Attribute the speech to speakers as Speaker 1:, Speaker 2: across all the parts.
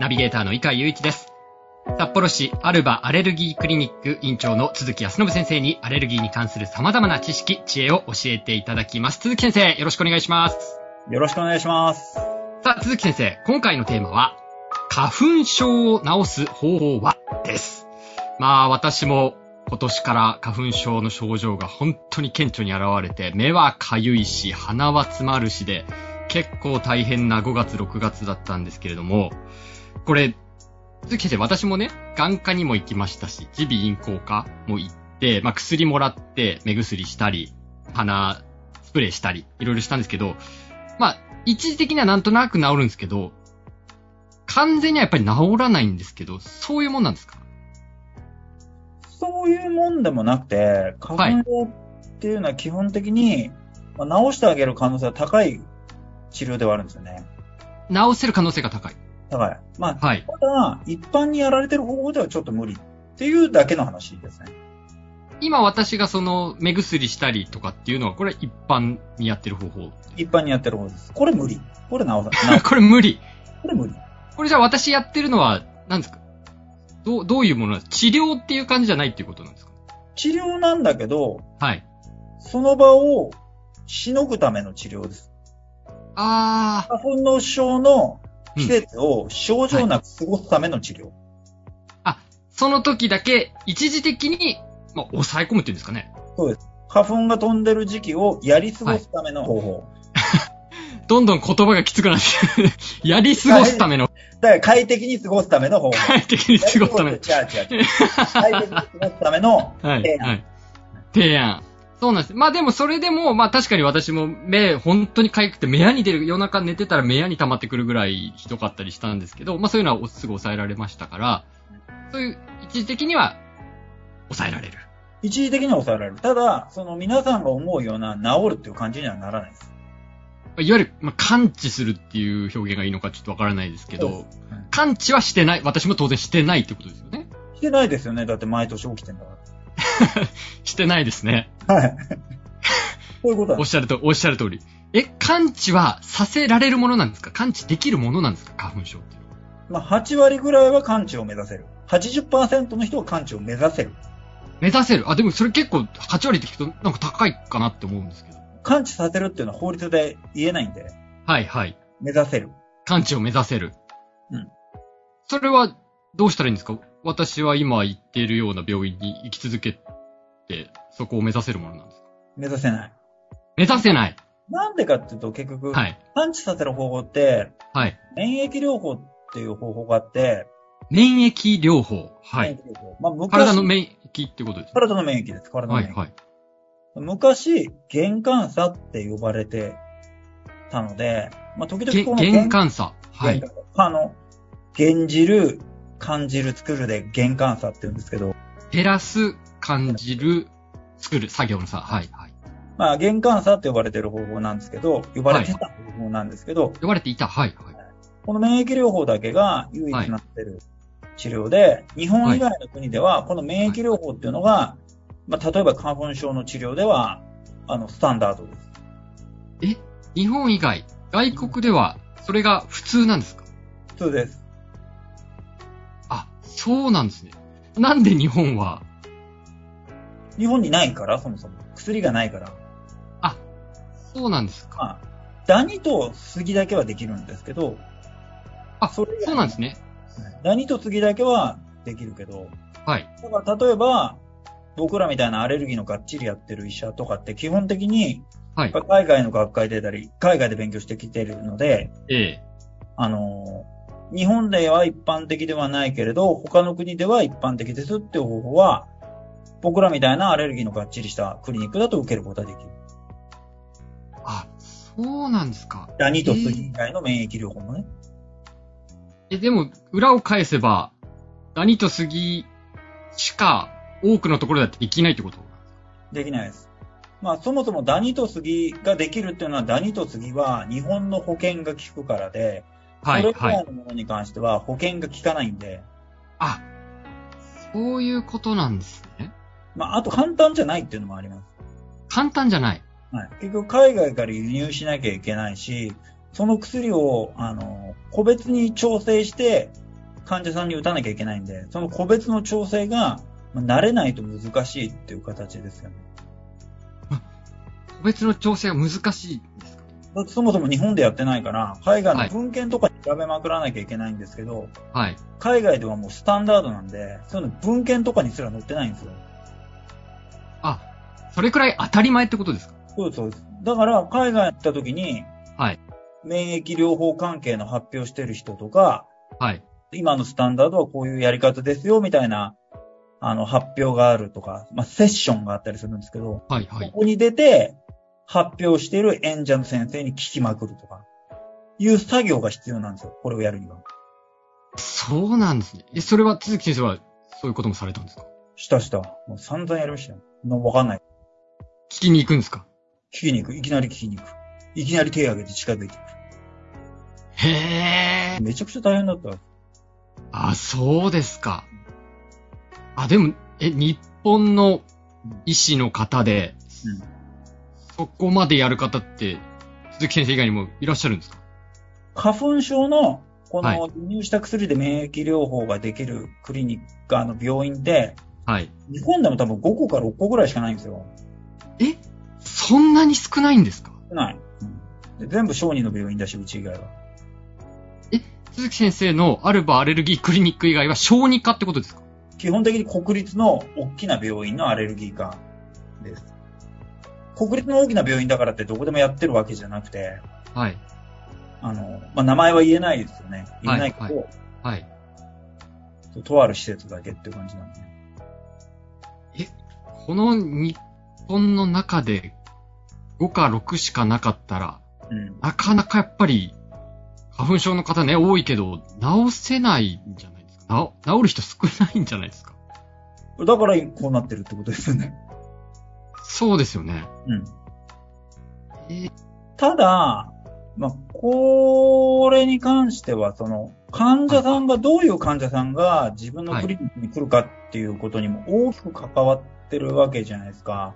Speaker 1: ナビゲーターの井川祐一です。札幌市アルバアレルギークリニック院長の鈴木康信先生にアレルギーに関する様々な知識、知恵を教えていただきます。鈴木先生、よろしくお願いします。
Speaker 2: よろしくお願いします。
Speaker 1: さあ、鈴木先生、今回のテーマは、花粉症を治す方法はです。まあ、私も今年から花粉症の症状が本当に顕著に現れて、目はかゆいし、鼻は詰まるしで、結構大変な5月、6月だったんですけれども、これ、鈴木先生、私もね、眼科にも行きましたし、耳鼻咽喉科も行って、まあ、薬もらって、目薬したり、鼻スプレーしたり、いろいろしたんですけど、まあ、一時的にはなんとなく治るんですけど、完全にはやっぱり治らないんですけど、そういうもんなんですか
Speaker 2: そういうもんでもなくて、花粉症っていうのは基本的に、まあ治してあげる可能性は高い治療ではあるんですよね。
Speaker 1: 治せる可能性が高い。
Speaker 2: 高い。まあ、
Speaker 1: はい。
Speaker 2: ただ、一般にやられてる方法ではちょっと無理っていうだけの話ですね。
Speaker 1: 今私がその、目薬したりとかっていうのは、これ一般にやってる方法。。
Speaker 2: 一般にやってる方法です。これ無理。これ治さない
Speaker 1: これ無理。
Speaker 2: これ無理。
Speaker 1: これじゃあ私やってるのは、何ですかどう、どういうものなんですか治療っていう感じじゃないっていうことなんですか
Speaker 2: 治療なんだけど、
Speaker 1: はい。
Speaker 2: その場をしのぐための治療です。
Speaker 1: あ
Speaker 2: 花粉の症の季節を症状なく過ごすための治療。
Speaker 1: ー、その時だけ、一時的に、まあ、抑え込むっていうんですかね。
Speaker 2: 花粉が飛んでる時期をやり過ごすための方法。
Speaker 1: どんどん言葉がきつくなってくる、やり過ごすた めの、
Speaker 2: だから快適に過ごすための方法。
Speaker 1: 快適に過ごすための
Speaker 2: 違う。違う違う。快適に過ごすための、
Speaker 1: はい。
Speaker 2: 提案
Speaker 1: はい。提案。そうなんです。まあでもそれでも、まあ確かに私も目、本当にかゆくて目屋に出る、夜中寝てたら目屋に溜まってくるぐらいひどかったりしたんですけど、まあそういうのはおすぐ抑えられましたから、そういう一時的には抑えられる。
Speaker 2: 一時的には抑えられる。ただ、その皆さんが思うような治るっていう感じにはならないです。
Speaker 1: まあいわゆる、まあ、感知するっていう表現がいいのかちょっとわからないですけ
Speaker 2: そう
Speaker 1: ど
Speaker 2: で、すうん
Speaker 1: 感知はしてない。私も当然してないってことですよね。
Speaker 2: してないですよね。だって毎年起きてんだか
Speaker 1: してないですね。
Speaker 2: ら。 はい。そういうことなん
Speaker 1: おっ
Speaker 2: です。
Speaker 1: しゃると、おっしゃる通り。え、感知はさせられるものなんですか感知できるものなんですか花粉症っていうのは。
Speaker 2: まあ、8割ぐらいは完治を目指せる。80%の人は完治を目指せる。
Speaker 1: 目指せる。あ、でもそれ結構8割って聞くとなんか高いかなって思うんですけど。
Speaker 2: 完治させるっていうのは法律で言えないんで、
Speaker 1: はいはい。
Speaker 2: 目指せる。
Speaker 1: 完治を目指せる。
Speaker 2: うん。
Speaker 1: それはどうしたらいいんですか私は今行っているような病院に行き続けて、そこを目指せるものなんですか
Speaker 2: 目指せない。
Speaker 1: 目指せない。
Speaker 2: なんでかっていうと、結局、
Speaker 1: はい。
Speaker 2: 完治させる方法って、
Speaker 1: はい。
Speaker 2: 免疫療法っていう方法があって、
Speaker 1: 免疫療法。はい。
Speaker 2: 免疫療法まあ、昔
Speaker 1: 体の免疫ってことですね。
Speaker 2: 体の免疫です。体の
Speaker 1: は
Speaker 2: 免疫。
Speaker 1: いはい。
Speaker 2: 昔、玄関差って呼ばれてたので、まあ、時々
Speaker 1: げ
Speaker 2: この
Speaker 1: 玄関差。は
Speaker 2: 玄
Speaker 1: い。
Speaker 2: 関差あの、玄汁、感じる、作るで玄関差って言うんですけど、
Speaker 1: 減らす、感じる、作る、作業の差。はいはい。
Speaker 2: まあ、玄関差って呼ばれてる方法なんですけど、呼ばれてた方法なんですけど、
Speaker 1: 呼ばれていた。はいはい。
Speaker 2: この免疫療法だけが唯一なってる治療で、日本以外の国では、この免疫療法っていうのが、まあ、例えば花粉症の治療では、あの、スタンダードです。
Speaker 1: 日本以外、外国では、それが普通なんですか
Speaker 2: 普通です。
Speaker 1: あ、そうなんですね。なんで日本は、
Speaker 2: 日本にないから、そもそも。薬がないから。
Speaker 1: そうなんですか
Speaker 2: まあ、ダニと杉だけはできるんですけど、
Speaker 1: あ、
Speaker 2: それ
Speaker 1: そうなんですね。
Speaker 2: ダニと杉だけはできるけど、
Speaker 1: はい。
Speaker 2: だから例えば、僕らみたいなアレルギーのがっちりやってる医者とかって基本的に、
Speaker 1: はい。
Speaker 2: 海外の学会出たり、海外で勉強してきてるので、
Speaker 1: ええ。
Speaker 2: あの、日本では一般的ではないけれど、他の国では一般的ですっていう方法は、僕らみたいなアレルギーのがっちりしたクリニックだと受けることができる。
Speaker 1: あ、そうなんですか。
Speaker 2: ダニとスギ以外の免疫療法もね。
Speaker 1: え、でも、裏を返せば、ダニとスギしか多くのところだってできないってこと
Speaker 2: できないです。まあ、そもそもダニとスギができるっていうのは、ダニとスギは日本の保険が効くからで、
Speaker 1: は
Speaker 2: そ
Speaker 1: い、
Speaker 2: れ以
Speaker 1: は
Speaker 2: 外
Speaker 1: い。
Speaker 2: のものに関しては保険が効かないんで、
Speaker 1: あ、そういうことなんですね。
Speaker 2: まあ、あと簡単じゃないっていうのもあります。
Speaker 1: 簡単じゃない。
Speaker 2: はい、結局、海外から輸入しなきゃいけないし、その薬を、あの、個別に調整して、患者さんに打たなきゃいけないんで、その個別の調整が、まあ慣れないと難しいっていう形ですよね。
Speaker 1: 個別の調整が難しいんですか
Speaker 2: だってそもそも日本でやってないから、海外
Speaker 1: は
Speaker 2: の
Speaker 1: い
Speaker 2: 文献とかに調べまくらなきゃいけないんですけど、
Speaker 1: はい。
Speaker 2: 海外ではもうスタンダードなんで、そういうの文献とかにすら載ってないんですよ。
Speaker 1: あ、それくらい当たり前ってことですか
Speaker 2: そうですそうです。だから、海外行った時に、
Speaker 1: はい
Speaker 2: 免疫療法関係の発表してる人とか、
Speaker 1: はい。
Speaker 2: 今のスタンダードはこういうやり方ですよ、みたいな、あの、発表があるとか、まあ、セッションがあったりするんですけど、
Speaker 1: はい、はい
Speaker 2: こ。こに出て、発表している演者の先生に聞きまくるとか、いう作業が必要なんですよ、これをやるには。
Speaker 1: そうなんですね。え、それは、鈴木先生は、そういうこともされたんですか
Speaker 2: したした。もう散々やりましたよ。のわかんない。
Speaker 1: 聞きに行くんですか
Speaker 2: 聞きに行く。いきなり聞きに行く。いきなり手を挙げて近づいてい
Speaker 1: へ
Speaker 2: く。
Speaker 1: ー。
Speaker 2: めちゃくちゃ大変だった。
Speaker 1: あ、そうですか。あ、でも、え、日本の医師の方で、
Speaker 2: うん
Speaker 1: そこまでやる方って、鈴木先生以外にもいらっしゃるんですか
Speaker 2: 花粉症の、こ
Speaker 1: は
Speaker 2: の輸入した薬で免疫療法ができるクリニック、あの病院って、
Speaker 1: はい。
Speaker 2: 日本でも多分5個から6個ぐらいしかないんですよ。
Speaker 1: えそんなに少ないんですか
Speaker 2: 少ない。うん、で全部小児の病院だし、うち以外は。
Speaker 1: 鈴木先生のアルバアレルギークリニック以外は小児科ってことですか
Speaker 2: 基本的に国立の大きな病院のアレルギー科です。国立の大きな病院だからってどこでもやってるわけじゃなくて、
Speaker 1: はい。
Speaker 2: あの、まあ、名前は言えないですよね。言えないけど、
Speaker 1: はいはい。
Speaker 2: とある施設だけっていう感じなんで。
Speaker 1: この日本の中で5か6しかなかったら、
Speaker 2: うん。
Speaker 1: なかなかやっぱり、花粉症の方ね、多いけど、治せないんじゃないですか。なお治る人少ないんじゃないですか。
Speaker 2: だからこうなってるってことですよね。
Speaker 1: そうですよね。
Speaker 2: うん。
Speaker 1: えー
Speaker 2: ただ、まあ、これに関しては、その、患者さんが、どういう患者さんが自分のクリニックに来るかっていうことにも大きく関わってるわけじゃないですか。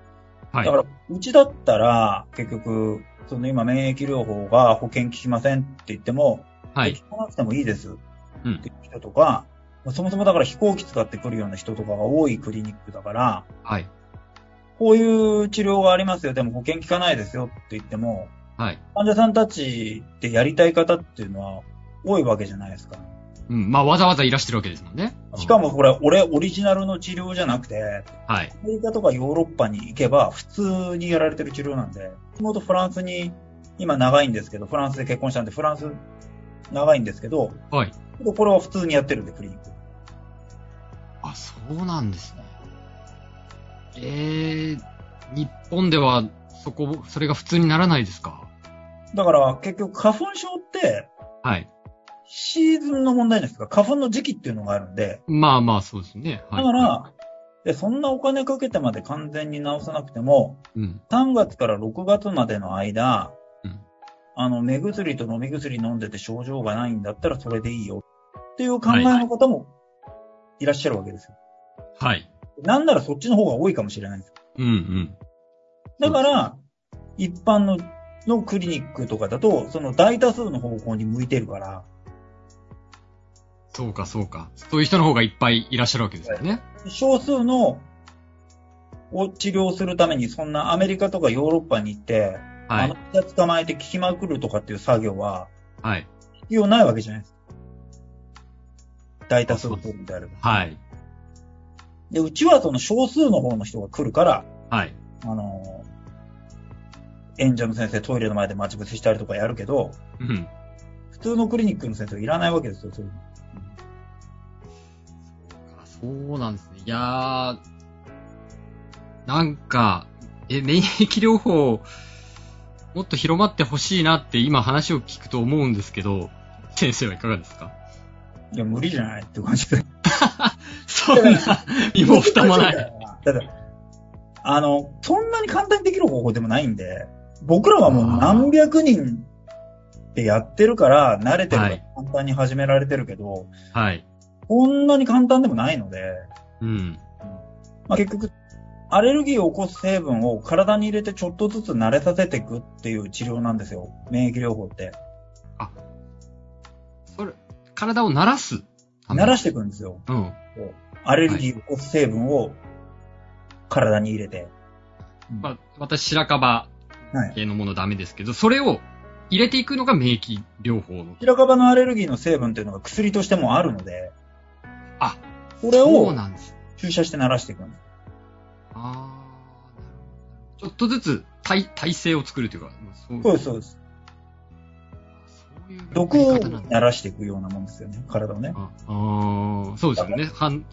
Speaker 2: だ
Speaker 1: はい
Speaker 2: か。ら、うちだったら、結局、その今、免疫療法が保険効きませんって言っても、
Speaker 1: はい。
Speaker 2: 効かなくてもいいですって
Speaker 1: うん
Speaker 2: いう人とか、まあそもそもだから飛行機使ってくるような人とかが多いクリニックだから、
Speaker 1: はい。
Speaker 2: こういう治療がありますよ、でも保険効かないですよって言っても、
Speaker 1: はい。
Speaker 2: 患者さんたちでやりたい方っていうのは多いわけじゃないですか。
Speaker 1: うん。まあ、わざわざいらしてるわけですもんね。
Speaker 2: しか
Speaker 1: も。
Speaker 2: もこれ、俺オリジナルの治療じゃなくて、
Speaker 1: はい。
Speaker 2: アメリカとかヨーロッパに行けば普通にやられてる治療なんで、もとフランスに、今長いんですけど、フランスで結婚したんで、フランス長いんですけど、
Speaker 1: はい。
Speaker 2: これは普通にやってるんで、クリニック。
Speaker 1: あ、そうなんですね。えー、日本では、そこ、それが普通にならないですか
Speaker 2: だから結局花粉症って
Speaker 1: はい。
Speaker 2: シーズンの問題じゃないですか。花粉の時期っていうのがあるんで、
Speaker 1: まあまあ、そうですね。は
Speaker 2: だ
Speaker 1: い。
Speaker 2: から、でそんなお金かけてまで完全に治さなくても、
Speaker 1: うん。
Speaker 2: 3月から6月までの間、
Speaker 1: うん
Speaker 2: あの、目薬と飲み薬飲んでて症状がないんだったらそれでいいよっていう考えの方もいらっしゃるわけですよ。
Speaker 1: はい。
Speaker 2: なんならそっちの方が多いかもしれないです。
Speaker 1: うんうん。
Speaker 2: だから、一般ののクリニックとかだと、その大多数の方向に向いてるから、
Speaker 1: そうか、そうか。そういう人の方がいっぱいいらっしゃるわけですよね。
Speaker 2: 少数のを治療するために、そんなアメリカとかヨーロッパに行って、
Speaker 1: は
Speaker 2: あの
Speaker 1: い。
Speaker 2: 人捕まえて聞きまくるとかっていう作業は
Speaker 1: はい。
Speaker 2: 必要ないわけじゃないですか。大多数の方であれば。
Speaker 1: はい。
Speaker 2: で、うちはその少数の方の人が来るから、
Speaker 1: はい。
Speaker 2: あのー、演者の先生トイレの前で待ち伏せしたりとかやるけど、
Speaker 1: うん。
Speaker 2: 普通のクリニックの先生いらないわけですよ、そういうの
Speaker 1: あそうなんですね。いやー、なんか、え、免疫療法、もっと広まってほしいなって今話を聞くと思うんですけど、先生はいかがですか
Speaker 2: いや、無理じゃないって感じで。
Speaker 1: そん な、身 も蓋も
Speaker 2: だ
Speaker 1: ない。
Speaker 2: から。あの、そんなに簡単にできる方法でもないんで、僕らはもう何百人でやってるから、慣れてるか
Speaker 1: は
Speaker 2: ら
Speaker 1: い
Speaker 2: 簡単に始められてるけど、
Speaker 1: はい。
Speaker 2: こんなに簡単でもないので、
Speaker 1: うん。
Speaker 2: まあ、結局、アレルギーを起こす成分を体に入れてちょっとずつ慣れさせていくっていう治療なんですよ。免疫療法って。
Speaker 1: それ、体を慣らす。
Speaker 2: 慣らしていくんですよ。
Speaker 1: うん。
Speaker 2: アレルギーを起こす成分を体に入れて。
Speaker 1: まあ、私、白樺
Speaker 2: はい。
Speaker 1: 系のものダメですけど、それを入れていくのが免疫療法の。
Speaker 2: 白樺のアレルギーの成分っていうのが薬としてもあるので、
Speaker 1: あ、
Speaker 2: これ
Speaker 1: そう
Speaker 2: を
Speaker 1: なんです。
Speaker 2: 注射して慣らしていくんです。
Speaker 1: あー。ちょっとずつ体、体制を作るというか、そう
Speaker 2: そうです、そうです。
Speaker 1: そういう
Speaker 2: 毒
Speaker 1: や
Speaker 2: を
Speaker 1: り方なんだ
Speaker 2: 慣らしていくようなもんですよね。体をね。
Speaker 1: ああー、そうですよね。反、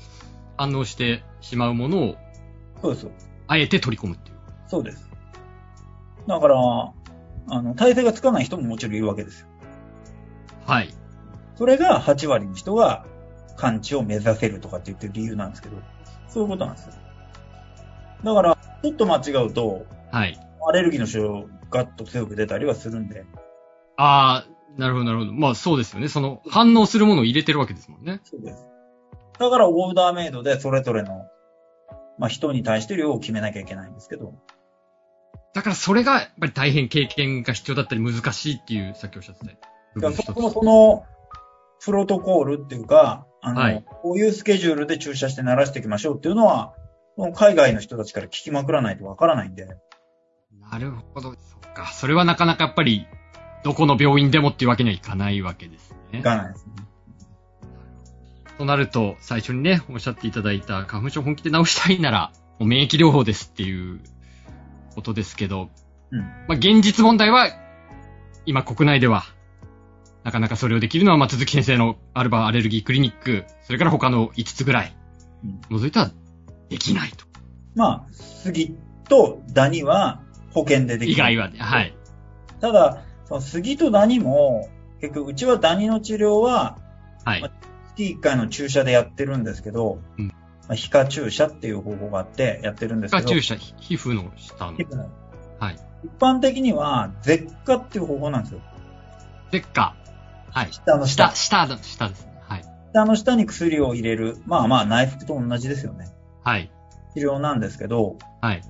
Speaker 1: 反応してしまうものを、
Speaker 2: そうです。
Speaker 1: あえて取り込むっていう。
Speaker 2: そうです。だから、あの、体勢がつかない人ももちろんいるわけですよ。
Speaker 1: はい。
Speaker 2: それが8割の人が完治を目指せるとかって言ってる理由なんですけど、そういうことなんですよ。だから、ちょっと間違うと、
Speaker 1: はい。
Speaker 2: アレルギーの症状がガッと強く出たりはするんで、
Speaker 1: ああ、なるほど、なるほど。まあそうですよね。その、反応するものを入れてるわけですもんね。
Speaker 2: そうです。だから、オーダーメイドでそれぞれの、まあ、人に対して量を決めなきゃいけないんですけど、
Speaker 1: だからそれが、やっぱり大変経験が必要だったり難しいっていう、さっきおっしゃってた部分の一つ
Speaker 2: そもその、プロトコールっていうか、あの、
Speaker 1: はい
Speaker 2: こういうスケジュールで注射して慣らしていきましょうっていうのは、もう海外の人たちから聞きまくらないとわからないんで、
Speaker 1: なるほど。そっか。それはなかなかやっぱり、どこの病院でもっていうわけにはいかないわけです
Speaker 2: い
Speaker 1: ね。
Speaker 2: かないですね。
Speaker 1: となると、最初にね、おっしゃっていただいた花粉症本気で治したいなら、もう免疫療法ですっていうことですけど、
Speaker 2: うん
Speaker 1: まあ現実問題は、今国内では、なかなかそれをできるのは、まあ、鈴木先生のアルバアレルギークリニック、それから他の5つぐらい
Speaker 2: うん、
Speaker 1: 除いたらできないと。
Speaker 2: まあ、杉とダニは保険ででき
Speaker 1: 以
Speaker 2: る。
Speaker 1: 外はね、はい。
Speaker 2: ただ、その杉とダニも、結局、うちはダニの治療は
Speaker 1: はい。
Speaker 2: 月1回の注射でやってるんですけど、
Speaker 1: うん
Speaker 2: まあ、皮下注射っていう方法があってやってるんですけ
Speaker 1: が
Speaker 2: ど、
Speaker 1: 注射、ひ皮膚の下の
Speaker 2: 皮。膚の
Speaker 1: はい。
Speaker 2: 一般的には、舌下っていう方法なんですよ。
Speaker 1: でっか。はい。
Speaker 2: 下の下
Speaker 1: 下、。下だ、下ですね。はい。
Speaker 2: 舌の下に薬を入れる。まあまあ、内服と同じですよね。
Speaker 1: はい。
Speaker 2: 治療なんですけど、
Speaker 1: はい。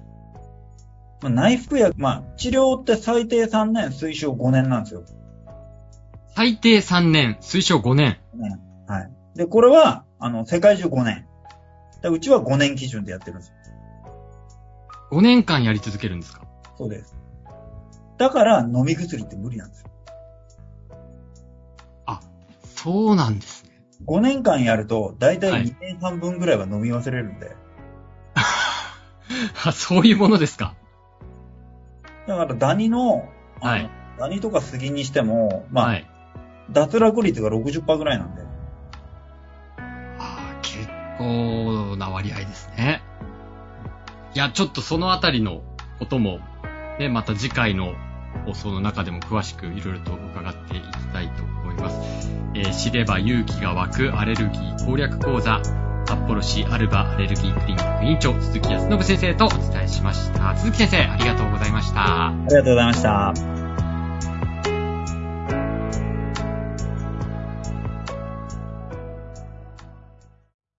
Speaker 2: まあ、内服薬、まあ、治療って最低3年、推奨5年なんですよ。
Speaker 1: 最低3年、推奨5年。
Speaker 2: ねはい。で、これは、あの、世界中5年。でうちは5年基準でやってるんですよ。
Speaker 1: 5年間やり続けるんですか
Speaker 2: そうです。だから、飲み薬って無理なんですよ。
Speaker 1: そうなんですね。
Speaker 2: 5年間やると、だいた
Speaker 1: はいい
Speaker 2: 2年半分ぐらいは飲み忘れるんで。
Speaker 1: あ、そういうものですか
Speaker 2: だから、ダニの、あの
Speaker 1: はい
Speaker 2: ダニとか杉にしても、まあ、
Speaker 1: はい。
Speaker 2: 脱落率が60%ぐらいなんで。
Speaker 1: あー結構な割合ですね。いや、ちょっとそのあたりのことも、ね、また次回の放送の中でも詳しくいろいろと伺っていきたいと思います。えー知れば勇気が湧くアレルギー攻略講座、札幌市アルバアレルギークリニック委員長、鈴木康信先生とお伝えしました。鈴木先生、ありがとうございました。
Speaker 2: ありがとうございました。